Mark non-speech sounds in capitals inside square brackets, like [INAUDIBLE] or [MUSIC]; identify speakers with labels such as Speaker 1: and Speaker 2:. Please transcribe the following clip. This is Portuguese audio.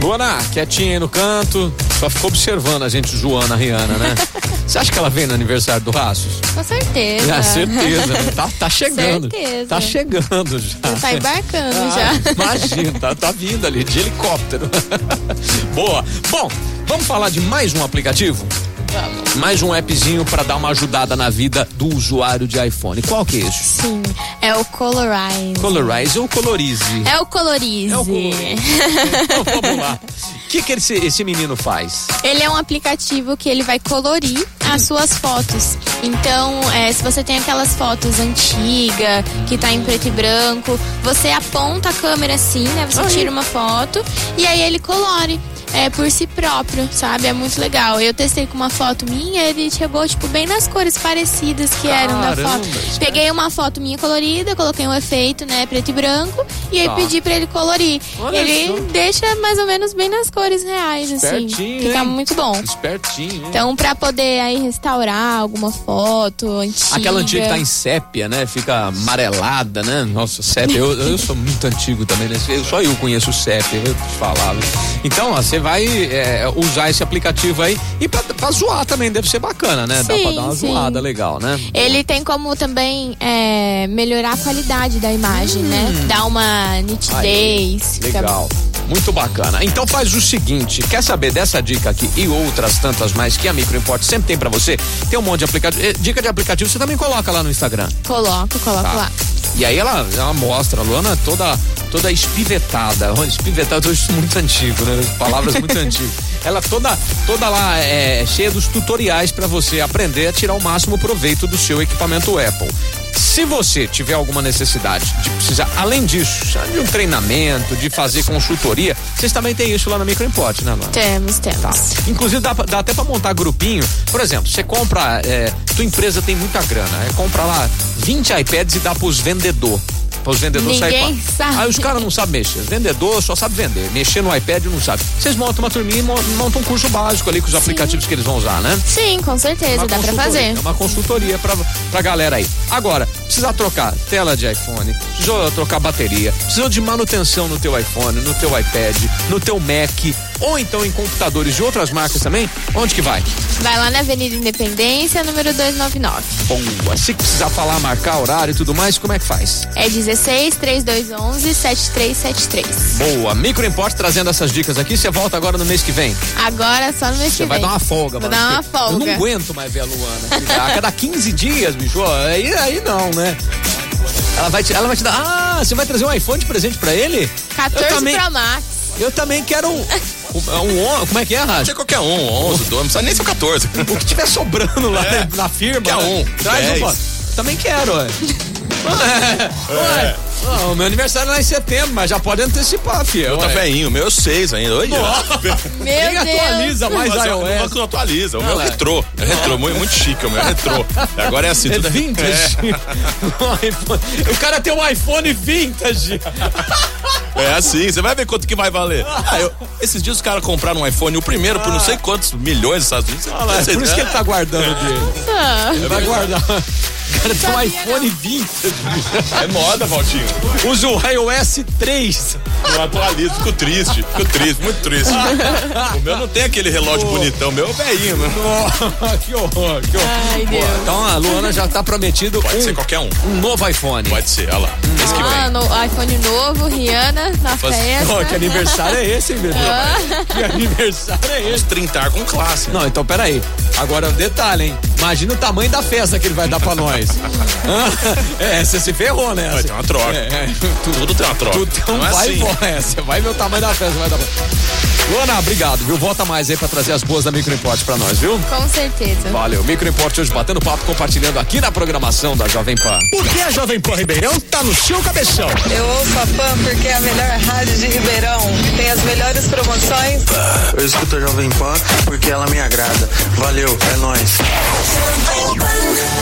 Speaker 1: Joana, quietinha aí no canto, só ficou observando a gente, Joana Rihanna,
Speaker 2: [LAUGHS]
Speaker 1: né? Você acha que ela vem no aniversário do Raços?
Speaker 2: Com certeza.
Speaker 1: Ah, certeza, né? tá, tá chegando.
Speaker 2: É. Certeza.
Speaker 1: Tá chegando já.
Speaker 2: [LAUGHS] Tá embarcando
Speaker 1: Ah,
Speaker 2: já.
Speaker 1: Imagina, tá, tá vindo ali de helicóptero. [LAUGHS] Boa. Bom, vamos falar de mais um aplicativo?
Speaker 2: Vamos.
Speaker 1: Mais um appzinho pra dar uma ajudada na vida do usuário de iPhone. Qual que é isso?
Speaker 2: Sim, é o Colorize.
Speaker 1: Colorize ou Colorize?
Speaker 2: É o Colorize.
Speaker 1: É o Colorize. Então, vamos lá. O que, que esse, esse menino faz?
Speaker 2: Ele é um aplicativo que ele vai colorir as suas fotos. Então, é, se você tem aquelas fotos antigas, que tá em preto e branco, você aponta a câmera assim, né? Você tira uma foto e aí ele colore. É por si próprio, sabe? É muito legal. Eu testei com uma foto minha, ele chegou, tipo, bem nas cores parecidas que eram da
Speaker 1: Caramba,
Speaker 2: foto.
Speaker 1: isso é-
Speaker 2: Peguei uma foto minha colorida, coloquei um efeito, né, preto e branco, e aí
Speaker 1: Tá.
Speaker 2: pedi pra ele colorir.
Speaker 1: Olha
Speaker 2: ele
Speaker 1: só.
Speaker 2: deixa mais ou menos bem nas cores reais, assim.
Speaker 1: Espertinho,
Speaker 2: Fica
Speaker 1: hein?
Speaker 2: muito bom.
Speaker 1: Espertinho, hein?
Speaker 2: Então, pra poder aí restaurar alguma foto antiga.
Speaker 1: Aquela antiga que tá em sépia, né? Fica amarelada, né? Nossa, sépia. Eu, eu sou muito antigo também, né? Eu- só eu conheço o sépia, eu te falava. Então, ó, você vai é, usar esse aplicativo aí. E pra, pra zoar também deve ser bacana, né? Dá pra
Speaker 2: Sim,
Speaker 1: dar uma
Speaker 2: sim.
Speaker 1: zoada legal, né?
Speaker 2: Ele tem como também é, melhorar a qualidade da imagem, né? Dar uma nitidez.
Speaker 1: Hum.
Speaker 2: fica-
Speaker 1: Legal. Muito bacana. Então faz o seguinte, quer saber dessa dica aqui e outras tantas mais que a Microimport sempre tem pra você? Tem um monte de aplicativo. Eh, Dica de aplicativo você também coloca lá no Instagram.
Speaker 2: Coloco, coloco
Speaker 1: Tá.
Speaker 2: lá.
Speaker 1: E aí ela, ela mostra, a Luana toda toda espivetada. Olha, Espivetada é um isso muito antigo, né? Palavras muito antigas. Ela toda toda lá é cheia dos tutoriais pra você aprender a tirar o máximo proveito do seu equipamento Apple. Se você tiver alguma necessidade de precisar, além disso, sabe, de um treinamento, de fazer consultoria, vocês também têm isso lá na Microimport, né, Luana?
Speaker 2: Temos, temos.
Speaker 1: Tá. Inclusive, dá, pra- dá até pra montar grupinho. Por exemplo, você compra, é, tua empresa tem muita grana, é, compra lá 20 iPads e dá pros vendedor. Para os vendedores
Speaker 2: Ninguém
Speaker 1: sair.
Speaker 2: sabe.
Speaker 1: Aí os caras não sabem mexer. Vendedor só sabe vender. Mexer no iPad não sabe. Vocês montam uma turminha e mo- montam um curso básico ali com os aplicativos que eles vão usar, né?
Speaker 2: Sim, com certeza, dá pra
Speaker 1: consultoria,
Speaker 2: fazer.
Speaker 1: É uma consultoria pra, pra galera aí. Agora, precisa trocar tela de iPhone, precisa trocar bateria, precisa de manutenção no teu iPhone, no teu iPad, no teu Mac, ou então em computadores de outras marcas também, onde que vai?
Speaker 2: Vai lá na Avenida Independência, número 299.
Speaker 1: Boa. Se precisar falar, marcar horário e tudo mais, como é que faz?
Speaker 2: É 16 3211 7373.
Speaker 1: Boa. Micro Import trazendo essas dicas aqui. Você volta agora no mês que vem.
Speaker 2: Agora só no mês
Speaker 1: Você
Speaker 2: que
Speaker 1: vai
Speaker 2: vem.
Speaker 1: dar uma folga,
Speaker 2: Vou
Speaker 1: mano.
Speaker 2: dar uma
Speaker 1: porque Eu não
Speaker 2: folga.
Speaker 1: aguento mais ver a Luana. filha. A cada 15 dias, bicho, ó, aí, aí não, né? Ela vai, te, ela vai te dar. Ah, você vai trazer um iPhone de presente pra ele? eu
Speaker 2: 14
Speaker 1: também,
Speaker 2: Pro Max.
Speaker 1: Eu também quero um. um, on- como é que é, Rádio?
Speaker 3: Tinha qualquer um, 11, 12, não precisa nem ser o 14.
Speaker 1: O que tiver sobrando lá
Speaker 3: É.
Speaker 1: na- na firma.
Speaker 3: Quer
Speaker 1: né?
Speaker 3: um,
Speaker 1: Traz um
Speaker 3: dez. É.
Speaker 1: pra- Também quero,
Speaker 3: [LAUGHS]
Speaker 1: ué. Ué, ué. Ah, o meu aniversário é lá em setembro, mas já pode antecipar, filho.
Speaker 3: Tá velhinho, o meu é 6 ainda. Olha.
Speaker 2: Meu
Speaker 1: Nem
Speaker 2: Deus.
Speaker 1: atualiza mais
Speaker 3: [LAUGHS] Mas é um eu-
Speaker 1: iOS.
Speaker 3: mas eu atualiza. O meu
Speaker 1: lá.
Speaker 3: é retrô. É retrô, muito, muito chique o meu, é retrô. Agora é assim,
Speaker 1: É
Speaker 3: tudo
Speaker 1: vintage. [LAUGHS] Um iPhone. o cara tem um iPhone vintage.
Speaker 3: [LAUGHS] É, é assim, você vai ver quanto que vai valer. Ah, eu- esses dias os caras compraram um iPhone, o primeiro por não sei quantos milhões dos Estados Unidos.
Speaker 1: É por isso que ele tá guardando
Speaker 3: É.
Speaker 1: dele.
Speaker 2: Ah.
Speaker 1: Ele vai guardar. O cara tem um iPhone vintage.
Speaker 3: É moda, Valtinho.
Speaker 1: Usa o iOS 3.
Speaker 3: Não atualiza, fico triste, fico triste, muito triste. O meu não tem aquele relógio bonitão, o meu é velhinho, né?
Speaker 1: Oh, que horror, que horror.
Speaker 2: [LAUGHS] Ai,
Speaker 1: Pô,
Speaker 2: Deus.
Speaker 1: Então a Luana já tá prometido
Speaker 3: Pode ser
Speaker 1: um,
Speaker 3: qualquer um.
Speaker 1: um novo iPhone.
Speaker 3: Pode ser, olha lá. Esse que vem.
Speaker 2: Mano, Ah, iPhone novo, Rihanna, na
Speaker 3: Faz-
Speaker 2: festa.
Speaker 1: Ó, que aniversário é esse, hein, bebê? Que aniversário é esse?
Speaker 3: Os 30 com classe.
Speaker 1: Não, então peraí. Agora detalhe, hein? Imagina o tamanho da festa que ele vai dar pra
Speaker 3: [LAUGHS]
Speaker 1: nós. Ah, é, você se ferrou, né?
Speaker 3: Vai ter uma troca.
Speaker 1: É, é, tu-
Speaker 3: Tudo tem uma troca.
Speaker 1: Tu tem um
Speaker 3: não é
Speaker 1: vai
Speaker 3: assim.
Speaker 1: e volta. É, Você vai ver o tamanho da festa, vai dar. pra- Luana, obrigado, viu? Volta mais aí pra trazer as boas da Micro Import pra nós, viu?
Speaker 2: Com certeza.
Speaker 1: Valeu, Micro Import hoje batendo papo, compartilhando aqui na programação da Jovem Pan.
Speaker 4: Porque a Jovem Pan Ribeirão tá no seu cabeção.
Speaker 5: Eu ouço a PAN porque é a melhor rádio de Ribeirão. Tem as melhores promoções.
Speaker 6: Eu escuto a Jovem Pan porque ela me agrada. Valeu, é nóis.